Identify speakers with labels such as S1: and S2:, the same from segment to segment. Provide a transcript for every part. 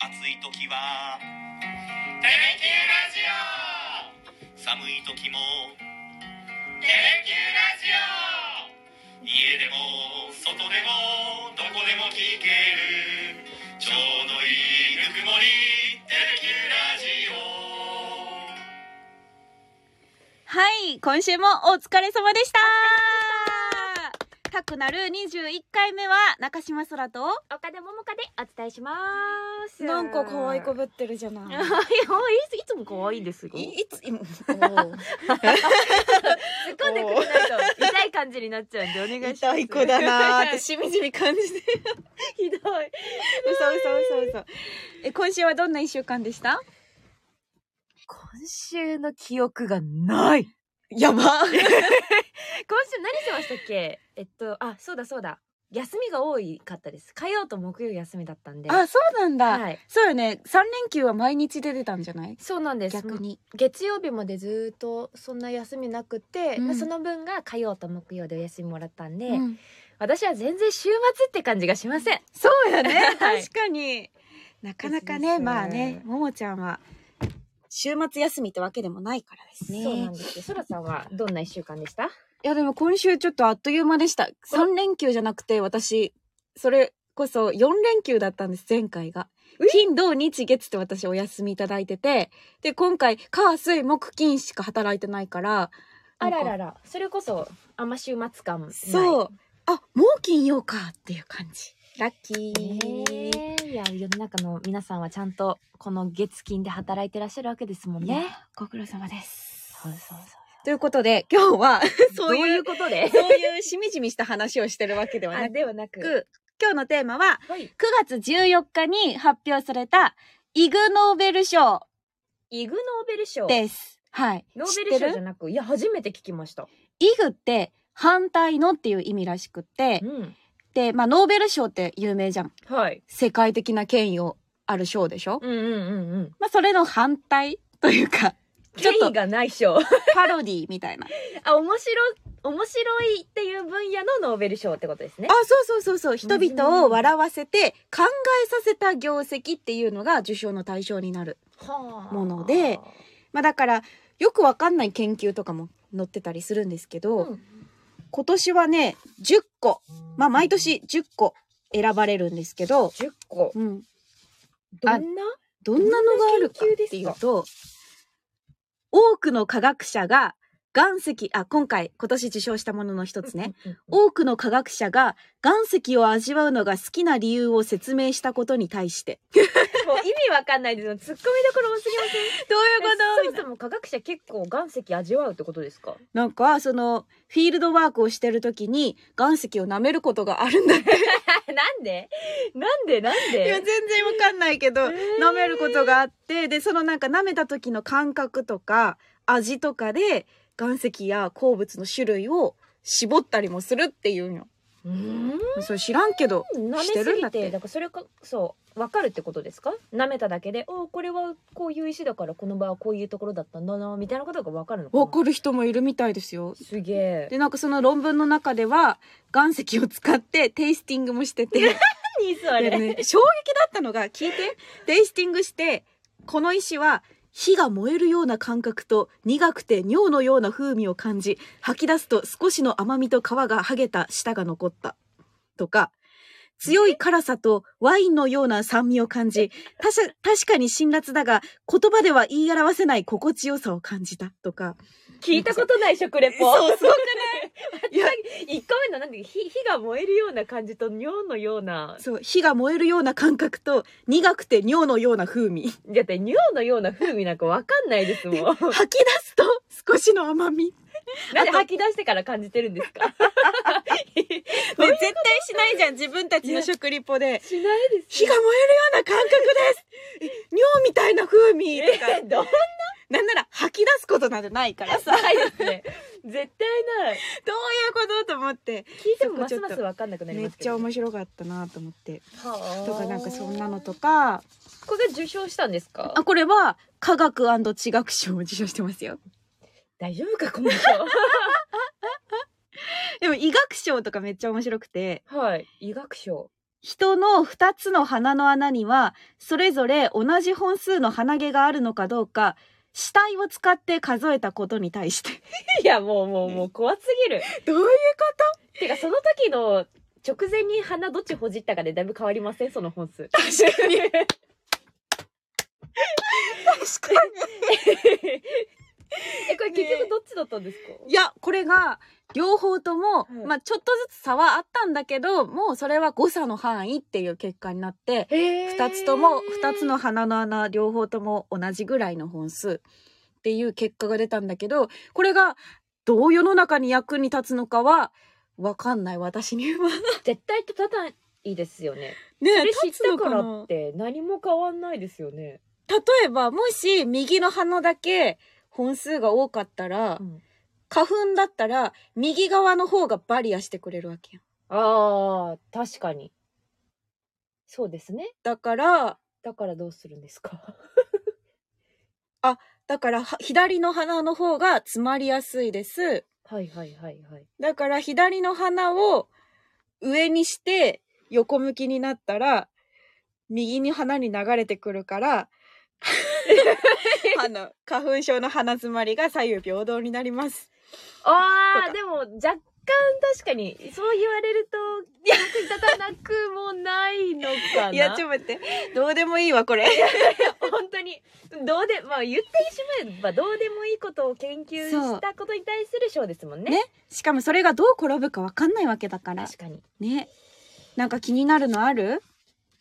S1: 暑い時は
S2: テレキューラジオ
S1: 寒い時も
S2: テレキューラジオ
S1: 家でも外でもどこでも聞けるちょうどいいぬくもりテレキュラジオ
S3: はい、今週もお疲れ様でしたたくなる21回目は中島空と
S4: 岡田桃香でお伝えしまーす
S5: なんか可愛いこ
S4: い
S5: ぶってるじゃな
S4: やい
S5: い。
S4: ついつも可愛いですよ
S5: い
S4: 突
S5: い
S4: っ
S5: つ、いおー
S4: 込んでくれないと痛い感じになっちゃうんでお願いします
S5: 痛い子だなーっ てしみじみ感じて。
S4: ひ
S5: 嘘
S4: どい
S5: 嘘嘘嘘。
S3: え今週はどんな1週間でした
S4: 今週の記憶がない
S5: やば。
S4: 今週何してましたっけえっとあそうだそうだ休みが多いかったです火曜と木曜休みだったんで
S3: あ、そうなんだ、
S4: はい
S3: そうよね、3連休は毎日出てたんじゃない
S4: そうなんです
S3: 逆に。
S4: 月曜日までずっとそんな休みなくて、
S3: うん
S4: その分が火曜と木曜でお休みもらったんで、
S3: うん
S4: 私は全然週末って感じがしません、
S3: そう よね確かに。なかなか
S4: ですで
S3: ね、
S4: す
S3: まあね、ももちゃんは。
S5: 週末休みってわけでもないからです
S4: そうな
S5: ね
S4: ん。ですよ。そらさんはどんな一週間でした？
S3: いや、でも今週ちょっとあっという間でした。3連休じゃなくて、私、それこそ4連休だったんです、前回が。金、土、日、月って私お休みいただいてて、で、今回、火、水、木、金しか働いてないから、
S4: あら
S3: なん
S4: ら、
S3: から
S4: それこそあんま週末感ない。
S3: そう。あ、もう金曜かっていう感じ。ラッキ
S4: ね
S3: ー。
S4: えいや世の中の皆さんはちゃんとこの月金で働いてらっしゃるわけですもんね。
S3: ご苦労様です。
S4: そうそう
S3: ということで、今日 は、
S4: そう。
S3: そう
S4: どう
S3: い
S4: いうう、ことで？
S3: そういうしみじみした話をしてるわけでは
S4: あ
S3: な
S4: ではなく、
S3: く、今日のテーマは、
S4: はい、
S3: 9月14日に発表されたイグ・ノーベル賞
S4: イグノーベル賞。
S3: です。はい。
S4: ノー
S3: 知
S4: ベ
S3: って
S4: ル賞じゃ
S3: る
S4: なく、いや初めて聞きました。
S3: イグって反対のっていう意味らしくって
S4: う、ん、
S3: で、まあノーベル賞って有名じゃん。
S4: はい。
S3: 世界的な権威をある賞でしょ
S4: うんうんうんうん。
S3: まあそれの反対という か、ちょっ
S4: 権威
S3: と
S4: がない賞。
S3: パロディみたいな。
S4: あ面白面白いっていう分野のノーベル賞ってことですね
S3: あ。、そうそうそうそう。人々を笑わせて考えさせた業績っていうのが受賞の対象になる。
S4: はあ
S3: ものでまあだから、よくわかんない研究とかも載ってたりするんですけど、
S4: うん
S3: 今年はね10個まあ毎年10個選ばれるんですけど、
S4: 10個
S3: うん、
S4: どんな
S3: どんなのがあるかっていうと多くの科学者が岩石あ今回今年受賞したものの一つね、
S4: うんうんうん
S3: 多くの科学者が岩石を味わうのが好きな理由を説明したことに対して
S4: もう意味わかんないですよ。ツッコミどころ多す ぎません。
S3: どう
S4: えそもそも科学者結構岩石味わうってことで すか。
S3: なんかそのフィールドワークをしてる時に岩石を舐めることがあるんだって
S4: なんで？なんでなん
S3: いや全？
S4: で
S3: 然わかんないけど、舐めることがあってでそのなんか舐めた時の感覚とか味とかで岩石や鉱物の種類を絞ったりもするっていうの
S4: うーん。
S3: それ知らんけど
S4: 舐め
S3: して
S4: す
S3: るん
S4: ぎ
S3: だって
S4: て、だからそれかそうわかるってことですか？舐めただけで、おこれはこういう石だからこの場はこういうところだったんだなみたいなことがわかるのかな。
S3: わかる人もいるみたいですよ
S4: すげえ。
S3: でなんかその論文の中では岩石を使ってテイスティングもしてて
S4: 何そ
S3: で
S4: れ？
S3: ね衝撃だったのが聞いて テイスティングしてこの石は火が燃えるような感覚と苦くて尿のような風味を感じ吐き出すと少しの甘みと皮が剥げた舌が残ったとか強い辛さとワインのような酸味を感じたし確かに辛辣だが言葉では言い表せない心地よさを感じたとか
S4: 聞いたことない食レポ。
S3: そうすごく
S4: い や一個目のなんで火火が燃えるような感じと尿のような。
S3: そう火が燃えるような感覚と苦くて尿のような風味
S4: だって尿のような風味なんかわかんないですもん。
S3: 吐き出すと少しの甘み
S4: なんで吐き出してから感じてるんですか
S3: ね、絶対しないじゃん自分たちの食リポで
S4: しないで
S3: 火が燃えるような感覚ですえ尿みたいな風味とか
S4: えどう
S3: なんなら吐き出すことなんてないからさ どうい
S4: ないですね。絶対ない。
S3: うことと思って
S4: 聞いてもますますわかんなくなり
S3: めっ
S4: ます
S3: ち
S4: け
S3: ゃ
S4: ど。
S3: 面白かったなと思って
S4: はあ
S3: とかなんかそんなのとか
S4: これが受賞したんですか
S3: あこれは科学地学賞を受賞してますよ
S4: 大丈夫かこの賞。
S3: でも医学賞とかめっちゃ面白くて
S4: はい。医学賞。
S3: 人の2つの鼻の穴にはそれぞれ同じ本数の鼻毛があるのかどうか死体を使って数えたことに対して
S4: いや、もうもうもう怖すぎる。
S3: どういう
S4: てか、その時の直前に鼻どっちほじったかでだいぶ変わりませんその本数。確 かに。
S5: 確か
S4: え、これ結局どっちだったんですか、
S3: いやこれが両方とも、
S4: うん
S3: まあちょっとずつ差はあったんだけどもうそれは誤差の範囲っていう結果になって
S4: へ
S3: 2つとも2つの鼻の穴両方とも同じぐらいの本数っていう結果が出たんだけどこれがどう世の中に役に立つのかは分かんない私に は。
S4: 絶対とただいいですよね。
S3: ね
S4: それ知ったか
S3: 立つ
S4: ら
S3: のな
S4: って何も変わんないですよね。
S3: 例えばもし右の鼻だけ本数が多かったら、
S4: うん
S3: 花粉だったら右側の方がバリアしてくれるわけやん
S4: ああ、確かに。そうですね。
S3: だから
S4: だからどうするんですか
S3: だからは左の鼻の方が詰まりやすいです
S4: はいはいはいはい。
S3: だから左の鼻を上にして横向きになったら右に鼻に流れてくるから あの花粉症の鼻詰まりが左右平等になります
S4: あ
S3: そ
S4: あ、でも若干確かに、そう言われると、役に立たなくもないのかな。
S3: いやちょっと待ってどうでもいいわこれ
S4: 本当にどうでまあ言ってしまえばどうでもいいことを研究
S3: そう
S4: したことに対する賞ですもんね。
S3: ねしかもそれがどう転ぶかわかんないわけだから
S4: 確かに。
S3: ねなんか気になるのある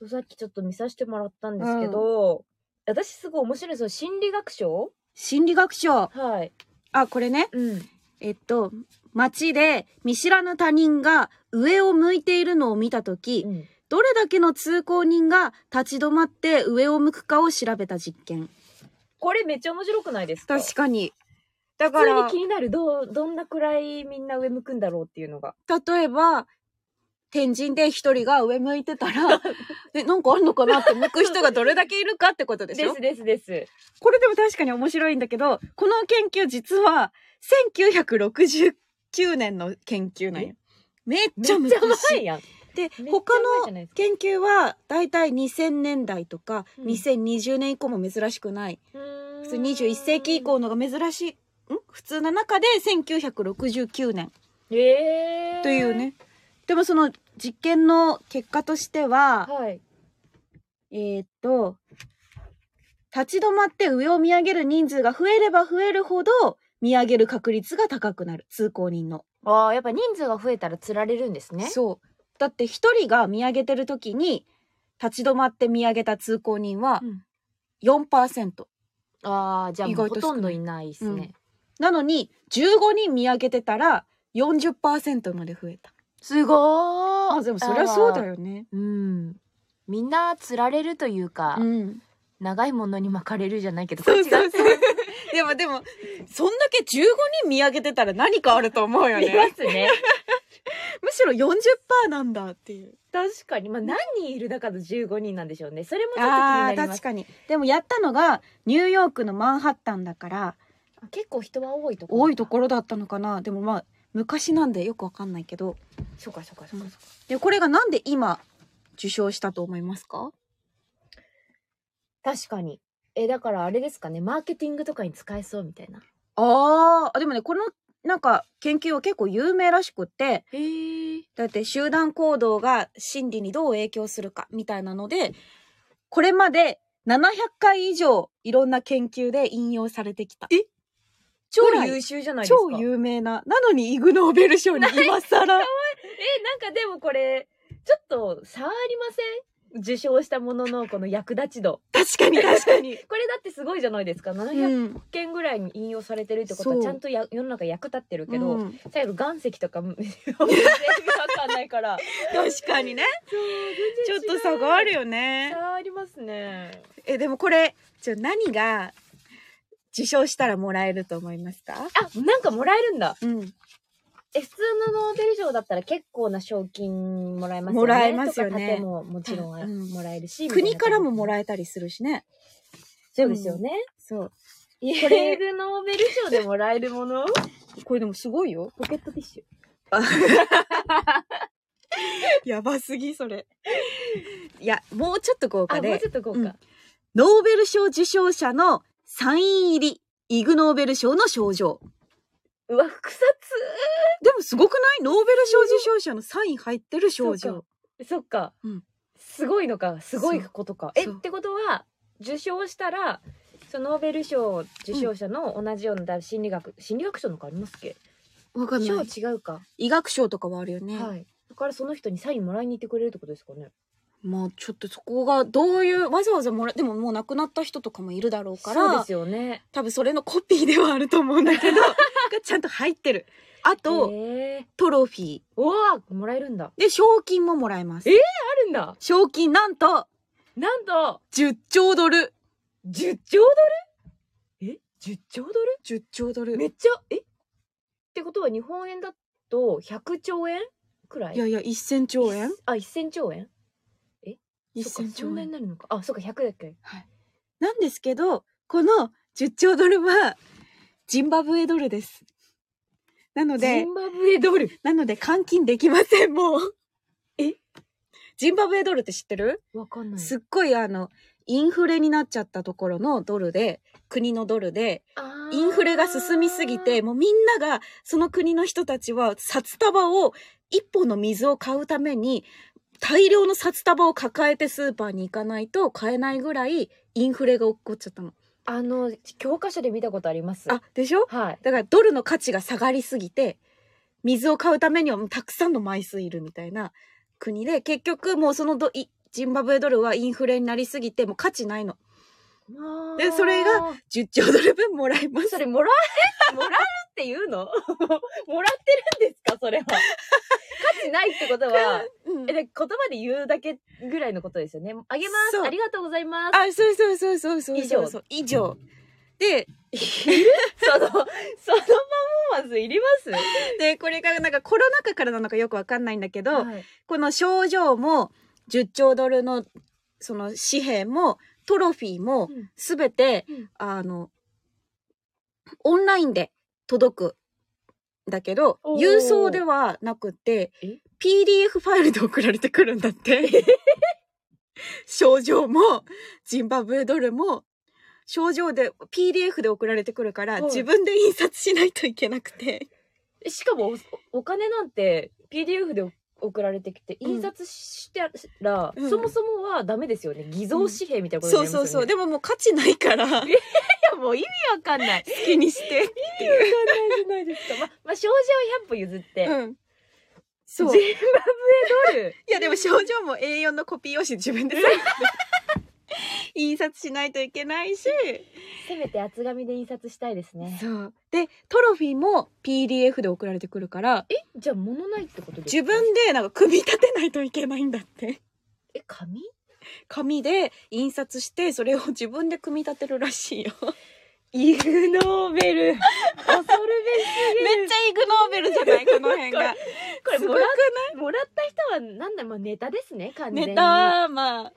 S4: そうさっきちょっと見させてもらったんですけど、私すごい面白いですよ心理学賞
S3: 心理学賞
S4: はい。
S3: あこれね
S4: うん。
S3: えっと街で見知らぬ他人が上を向いているのを見た時
S4: うん
S3: どれだけの通行人が立ち止まって上を向くかを調べた実験
S4: これめっちゃ面白くないですか
S3: 確かにだか
S4: 普通
S3: ら
S4: に気になるどうどんなくらいみんな上向くんだろうっていうのが
S3: 例えば天神で一人が上向いてた らえなんかあるのかなって向く人がどれだけいるかってことで
S4: で
S3: しょ
S4: すですです
S3: これでも確かに面白いんだけど、この研究実 は1969年の研究なんや
S4: え。
S3: めっ
S4: めっ
S3: ち
S4: ち
S3: ゃ
S4: ゃ前
S3: 昔。
S4: やん
S3: で
S4: めっちゃ前、
S3: 他
S4: じゃ
S3: の
S4: ないですか
S3: 研究はだいたい2000年代とか
S4: うん
S3: 2020年以降も珍しくない。
S4: うーん
S3: 普通21世紀以降のが珍しい。ん普通の中で1969年
S4: へえ
S3: というね。でもその実験の結果としては、
S4: はい
S3: えーっと、立ち止まって上を見上げる人数が増えれば増えるほど、見上げる確率が高くなる。通行人の。
S4: ああやっぱ人数が増えたら釣られるんですね
S3: そう。だって一人が見上げてる時に、立ち止まって見上げた通行人は
S4: うん
S3: 4%。
S4: ああじゃあもう
S3: 意
S4: ほ
S3: 外と
S4: と
S3: 少
S4: んど
S3: ない
S4: いないですね、
S3: うんなのに、15人見上げてたら40%まで増えた。
S4: すごー
S3: あ、でもそりゃそうだよね。
S4: うんみんな釣られるというか、
S3: うん。
S4: 長いものに巻かれるじゃないけど
S3: そう
S4: こ
S3: そ
S4: っ
S3: う
S4: ち
S3: そう。でもでも、そんだけ15人見上げてたら何かあると思うよ
S4: が
S3: ね。
S4: ますね
S3: むしろ40%なんだっていう。
S4: 確かにまあ何人いるだから15人なんでしょうねそれもちょっと気に
S3: あ
S4: な
S3: ー
S4: りま
S3: 確
S4: す
S3: かにでもやったのがニューヨークのマンハッタンだから
S4: 結構人は多いところ
S3: 多いところだったのかなでもまあ昔なんでよくわかんないけど
S4: そうかそうかそうかそうか、
S3: でこれがなんで今受賞したと思いますか
S4: 確かにえだからあれですかねマーケティングとかに使えそうみたいな
S3: あーあでもねこのなんか研究は結構有名らしくって
S4: へえ
S3: だって集団行動が心理にどう影響するかみたいなのでこれまで700回以上いろんな研究で引用されてきた
S4: 超
S3: ぐらい
S4: 優秀じゃないですか
S3: 超有名ななのにイグ・ノーベル賞に今更
S4: えなんかでもこれちょっと差ありません受賞したもののこの役立ち度
S3: 確かに確かに。
S4: これだってすごいじゃないですか700
S3: うん、
S4: 件ぐらいに引用されてるってこと
S3: そ
S4: は
S3: う
S4: ちゃんとや世の中役立ってるけど、
S3: うん
S4: 最後岩石とか 全然わかんないから
S3: 確かにねちょっと差があるよね
S4: 差ありますね
S3: えでもこれじゃあ何が受賞したらもらえると思いますか
S4: あなんかもらえるんだ
S3: うん
S4: え普通のノーベル賞だったら結構な賞金もらえますよね
S3: もらえますよね
S4: とか盾ももちろんあ
S3: うん
S4: もらえるし
S3: 国からもも
S4: え
S3: らえたりするしね
S4: そうですよね、
S3: そう
S4: これイグノーベル賞でもら えるもの
S3: これでもすごいよ
S4: ポケットティッシュ
S5: やばすぎ、それ。
S3: いや、もうちょっと豪華
S4: あ、もう
S3: で
S4: ち、ょっと豪華。
S3: うんノーベル賞受賞者のサイン入り、イグ・ノーベル賞の賞状。
S4: うわ、複雑
S3: でもすごくないノーベル賞受賞者のサイン入ってる賞
S4: そう
S3: 状
S4: か。そっか、
S3: うん
S4: すごいのかすごいことかえっ
S3: そう
S4: てことは受賞したらそのノーベル賞受賞者の同じようなだ心理学、心理学賞のかありますっけ
S3: わかん
S4: 賞
S3: ない。
S4: 違うか、
S3: 医学賞とかはあるよね。
S4: はいだからその人にサインもらいに行ってくれるってことですかね
S3: まあちょっとそこがどういう、わざわざもら、でももう亡くなった人とかもいるだろうから、
S4: そうですよね
S3: 多分それのコピーではあると思うんだけ ど、がちゃんと入ってる。あと、
S4: えー、
S3: トロフィー。
S4: おおもらえるんだ
S3: で、賞金ももらえます
S4: え。あるんだ
S3: 賞金なんと、
S4: なんと
S3: 10兆ドル。
S4: 10兆ドルえ10兆ドル
S3: 10兆ドル
S4: めっちゃえってことは日本円だと100兆円くらい
S3: いやいや、1000兆円
S4: あ1000兆円そっ
S3: ?1000
S4: かそん
S3: 兆
S4: なに
S3: 円。
S4: なるのかあそうか100だっけ
S3: なんですけど、この10兆ドルは、ジンバブエドルです。なの
S4: ジ
S3: で、
S4: ンバブエドル
S3: なので換金できません、もう。えジンバブエドルって知ってる、
S4: わかんない
S3: すっごいあの、インフレになっちゃったところのドルで、国のドルで、
S4: あー
S3: インフレが進みすぎて、もうみんなが、その国の人たちは、札束を、一本の水を買うために、大量の札束を抱えてスーパーに行かないと買えないぐらい、インフレが起こっちゃったの。
S4: あの教科書で見たことあります
S3: あ、でしょ
S4: はい
S3: だからドルの価値が下がりすぎて、水を買うためにはもうたくさんの枚数いるみたいな国で、結局もうそのどいジンバブエドルはインフレになりすぎて、もう価値ないの。でそれが10兆ドル分もらいます。
S4: それもらえもらえるっていうの もらってるんですかそれは価値ないってこと は
S3: うん
S4: えで言葉で言うだけぐらいのことですよねあげま
S3: そう
S4: すありがとうございます
S3: あ、そうそうそうそうそうそうそう。以上。で、
S4: そのそのパフォーマンスいります
S3: で、これがなんかコロナ禍からなのかよくわかんないんだけど、
S4: はい
S3: この症状も10兆ドルのその紙幣もトロフィーも
S4: うん
S3: すべて、
S4: うん
S3: あの、オンラインで届く。だけど、
S4: おー
S3: 郵送ではなくて
S4: え、
S3: PDF ファイルで送られてくるんだって。 症状も、ジンバブエドルも、症状で PDF で送られてくるから、
S4: はい
S3: 自分で印刷しないといけなくて。
S4: しかもおお金なんて PDF で送られてきて印刷したら、
S3: うん
S4: そもそもはダメですよね偽造紙幣みたいなこと
S3: そ
S4: に
S3: う
S4: なります
S3: そ
S4: よ
S3: う
S4: ね、
S3: そう。でももう価値ない から、
S4: いやもう意味わかんない
S3: 好きにして。
S4: わかんないじゃないですかま まあ症状100歩譲って、
S3: うん。そう。
S4: ジン
S3: い
S4: バブエドル
S3: や、でも症状も A4 のコピー用紙自分でさ、 印刷しないといけないし。
S4: せめて厚紙で印刷したいですね
S3: そう。で、トロフィーも PDF で送られてくるから、
S4: えじゃあ物ないってことです
S3: 自
S4: か
S3: 分でなんか組み立てないといけないんだって。
S4: え紙
S3: 紙で印刷して、それを自分で組み立てるらしいよ。
S4: イグノーベル恐るべし
S3: めっちゃイグノーベルじゃないこの辺が。
S4: これ
S3: す
S4: も
S3: ごく
S4: ら
S3: な
S4: もらった人はなんだまあネタですね完全
S3: い
S4: に
S3: ネタ、まあ。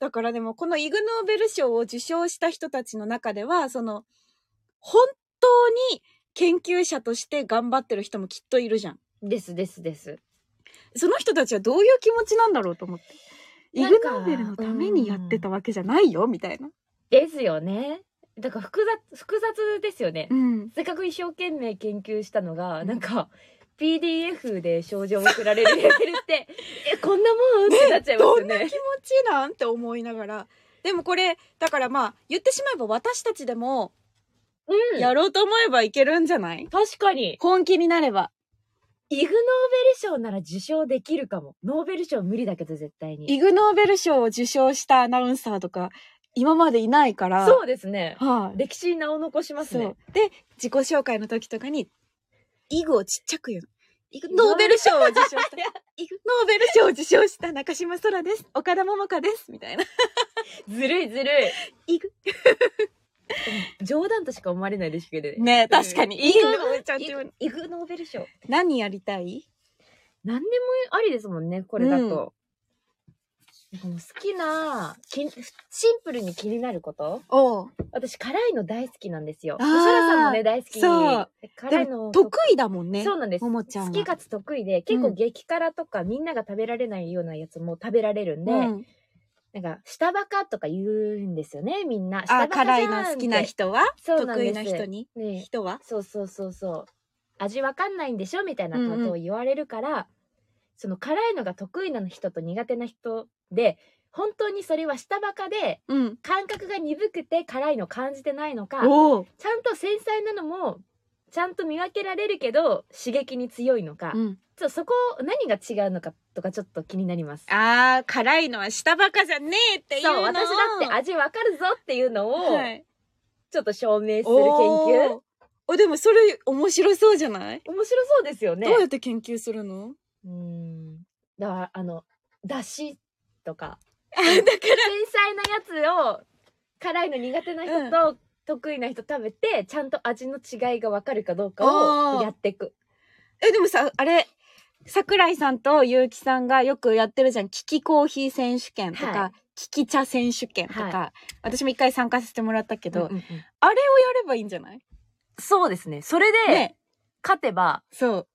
S3: だからでも、このイグノーベル賞を受賞した人たちの中では、その、本当に研究者として頑張ってる人もきっといるじゃん。
S4: ですですです
S3: その人たちはどういう気持ちなんだろうと思って。イ
S4: な
S3: グ
S4: んか
S3: ノーベルのためにやってたわけじゃないよ、みたいな。
S4: ですよねだから複雑複雑ですよね
S3: うん。
S4: せっかく一生懸命研究したのが、
S3: うん
S4: なんか PDF で症状を送られるレベルって えこんなもんってなっちゃいますよね
S3: 気持ちなんて思いながら。でもこれ、だからまあ、言ってしまえば私たちでも、
S4: うん
S3: やろうと思えばいけるんじゃない
S4: 確かに
S3: 本気になれば。
S4: イグノーベル賞なら受賞できるかもノーベル賞無理だけど絶対に
S3: イグノーベル賞を受賞したアナウンサーとか、今までいないから。
S4: そうですね
S3: はい、
S4: 歴史に名を残します
S3: そ
S4: ね
S3: う。で、自己紹介の時とかに、イグをちっちゃく言うの。イグノーベル賞を受賞した。イグノーベル賞を受賞した中島空です。岡田桃佳です。みたいな。
S4: ずるいずるい
S3: イグ。
S4: 冗談としか思われないですけどね
S3: ね確かに。イグちゃんって
S4: イ
S3: 言うの
S4: グイグノーベル賞
S3: 何やりたい
S4: 何でもありですもんねこれだと、この好きなきシンプルに気になること
S3: おう
S4: 私辛いの大好きなんですよ。
S3: あ
S4: お
S3: ー
S4: そらさんもね大好き
S3: そう
S4: 辛
S3: で
S4: いの
S3: も得意だもんね
S4: そうなんです。
S3: も
S4: 好
S3: もちゃんは
S4: きかつ得意で結構激辛とかみんなが食べられないようなやつも食べられるんで、
S3: うん
S4: なんか下バカとか言うんですよねみんな。
S3: あ
S4: 下バ
S3: ー
S4: カじゃ
S3: 辛い
S4: ん
S3: の
S4: って
S3: 好きな人は
S4: そうなん
S3: 得
S4: で
S3: 意
S4: す
S3: な人に
S4: ね
S3: 人は
S4: そうそうそうそう味わかんないんでしょみたいなこ
S3: うん
S4: と
S3: う
S4: を言われるから、その辛いのが得意な人と苦手な人で本当にそれは下バカで
S3: うん
S4: 感覚が鈍くて辛いの感じてないのか
S3: おお
S4: ちゃんと繊細なのもちゃんと見分けられるけど刺激に強いのか、
S3: うん
S4: ちょそこ何が違うのかとかちょっと気になります。
S3: あー辛いのは下バカじゃねえっていうの
S4: そう
S3: を
S4: 私だって味わかるぞっていうのを
S3: はい
S4: ちょっと証明する研究、
S3: おーおでもそれ面白そうじゃない、
S4: 面白そうですよね。
S5: どうやって研究するの
S4: うーんだからあのだしと か
S3: あだから
S4: 繊細なやつを辛いの苦手な人と、得意な人食べてちゃんと味の違いが分かるかどうか
S3: あ
S4: を
S3: ー
S4: やっていく
S3: えでもさあれ桜井さんと結城さんがよくやってるじゃんキキコーヒー選手権とか、
S4: は
S3: キキ茶選手権とか、
S4: は
S3: 私も一回参加させてもらったけ
S4: け
S3: ど、
S4: ど、
S3: あれをやればいいんじゃない
S4: そうですねそれで、
S3: ね
S4: 勝てば
S3: そう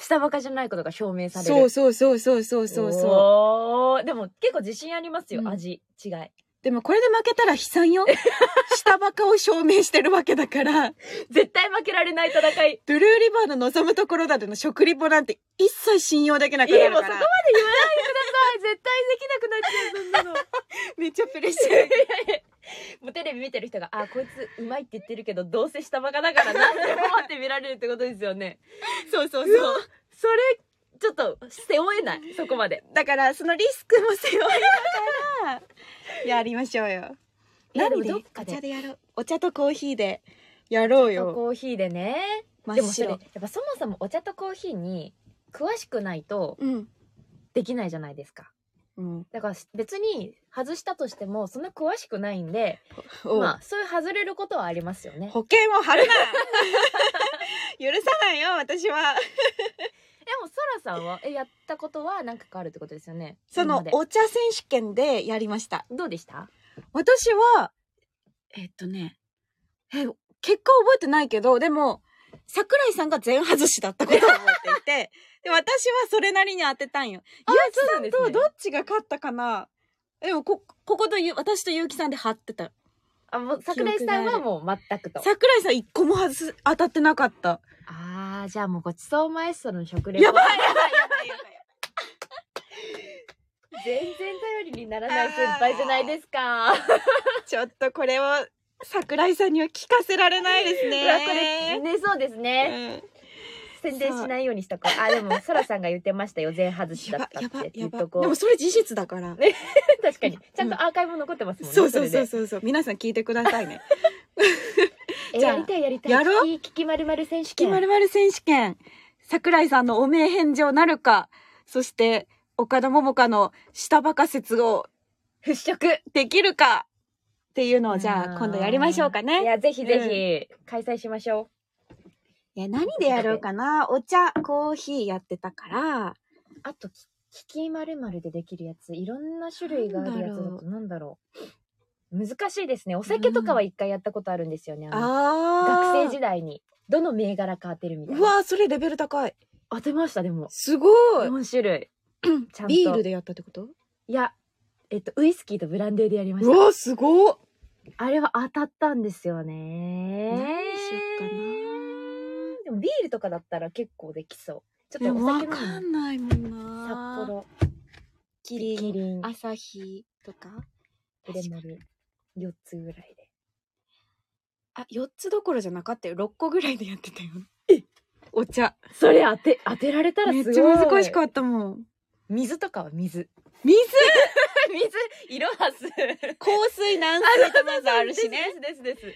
S4: 下バカじゃないことが証明される
S3: そうそうそうそうそうそうそう
S4: そうでも結構自信ありますよ、
S3: うん
S4: 味違い
S3: でもこれで負けたら悲惨 よ下バカを証明してるわけだから
S4: 絶対負けられない戦い
S3: ブルーリバーの望むところだでの食リポなんて一切信用できなく
S4: い
S3: な
S4: や
S3: る
S4: もう
S3: か
S4: そこまで言わな
S3: ら
S4: いでください絶対できなくなっちゃうそんなの
S3: めっちゃプレッシャー
S4: もうテレビ見てる人が「あーこいつうまいって言ってるけどどうせ下バカだからな」って思って見られるってことですよね。
S3: そうそう
S4: う
S3: そ
S4: わ
S3: う
S4: それちょっと背負えないそこまで。
S3: だからそのリスクも背負いながらやりましょうよ
S4: いやでも
S3: 何
S4: どっかで
S3: お茶でやろうお茶とコーヒーでやろうよ
S4: コーヒーでね。
S3: 真
S4: で
S3: っ
S4: もそれや
S3: 白
S4: っぱそもそもお茶とコーヒーに詳しくないと
S3: うん、
S4: できないじゃないですか。
S3: うん、
S4: だから別に外したとしてもそんな詳しくないんで、
S3: おう
S4: まあそういう外れることはありますよね。
S3: 保険を張るな 許さないよ私は
S4: でもそらさんはえやったことは何かあるってことですよね。
S3: そ
S4: 今ま
S3: の
S4: で
S3: お茶選手権でやりました
S4: どうでした？
S3: 私はえっとねえ結果覚えてないけどでも桜井さんが全外しだったことを覚えてい てで私はそれなりに当てたんよ
S4: あそうなん
S3: ゆう
S4: で
S3: きさん
S4: す
S3: と
S4: ね
S3: どっちが勝ったかなでもここことゆ私とゆうきさんで張ってた
S4: あもう桜井さんはもう全くと。
S3: 桜井さん一個も外す当たってなか った
S4: ああ、じゃあもうごちそうマエストロの食レポ。
S3: やばいやばいやばいやばい
S4: 全然頼りにならない先輩じゃないですか。
S3: ちょっとこれを桜井さんには聞かせられないです
S4: うわこ
S3: ね
S4: れね、そうですね。宣伝しないようにしとこう。あ、でも、そらさんが言ってましたよ。全外し
S3: やば
S4: だった
S3: や
S4: っ
S3: ば
S4: て言
S3: や
S4: っ
S3: ば
S4: とこ
S3: でも
S4: う。
S3: それ事実だから
S4: 確かに。 ちゃんとアーカイブも残ってますもんね。
S3: そうそう
S4: れ
S3: そ
S4: で
S3: うそうそう皆さん聞いてくださいね
S4: え
S3: じゃあ
S4: やりたいやりたい。
S3: やろう
S4: 聞き聞きまるまる選手
S3: 「き
S4: 権。
S3: まるまる選手権」桜井さんの汚名返上なるかそして岡田桃佳の下バカ説を
S4: 払拭。
S3: できるかっていうのをじゃあ今度やりましょうか
S4: い
S3: ね。
S4: や、ぜひぜひ、開催しましょ
S3: いや何でやろうかなお茶コーヒーやってたから
S4: う。あと、き聞きまるまるでできるやつ。いろんな種類があるやつだと、なんだろう。難しいですね。お酒とかは一回やったことあるんですよね。あの
S3: あ
S4: 学生時代にどの銘柄か当てるみたいうな
S3: わーそれレベル高い
S4: 当てましたでも
S3: すごい
S4: 4種 類ちゃんと
S3: ビールでやったってこと
S4: いやえっとウイスキーとブランデーでやりまし
S3: うわーすごい
S4: たあれは当たったんですよね
S3: 何しよっかな
S4: でもビールとかだったら結構できそうちょ
S3: で
S4: っと
S3: も
S4: お酒
S3: わ
S4: 飲
S3: か
S4: む
S3: んないもん
S4: 札
S3: な
S4: 幌
S3: キリ
S4: キ
S3: ン
S4: リン
S3: 朝日とか
S4: プレモル4つぐらいで
S3: あ4つどころじゃなかったよ6個ぐらいでやってたよお茶
S4: それ当て当てられたら
S3: め
S4: す
S3: っ
S4: ごい
S3: ちゃ難しかったもん
S4: 水とかは水
S3: 水
S4: 水色は す
S3: 香水軟水とまずあるしね
S4: ですですで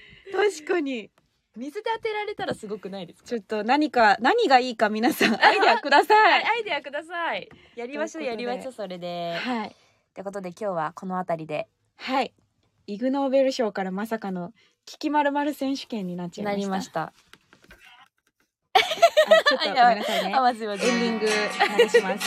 S4: す
S3: 確かに
S4: 水で当てられたらすごくないですか
S3: ちょっと何か何がいいか皆さんアイデアくださ
S4: はい
S3: い
S4: アイデアください。やりましょう、
S3: という
S4: や
S3: ことで
S4: りましょう、それで。
S3: はい
S4: ってことで、今日はこのあたりで
S3: はいイグ・ノーベル賞からまさかの「聞きまるまる選手権」になっちゃいま
S4: な
S3: した
S4: りました。
S3: あちょっとごめんなさいね
S4: あ、まずいまずい
S3: エンディング流しま
S1: 涙
S3: す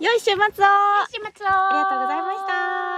S3: よい週末をあ
S2: しまつおあ
S3: りがとうございました。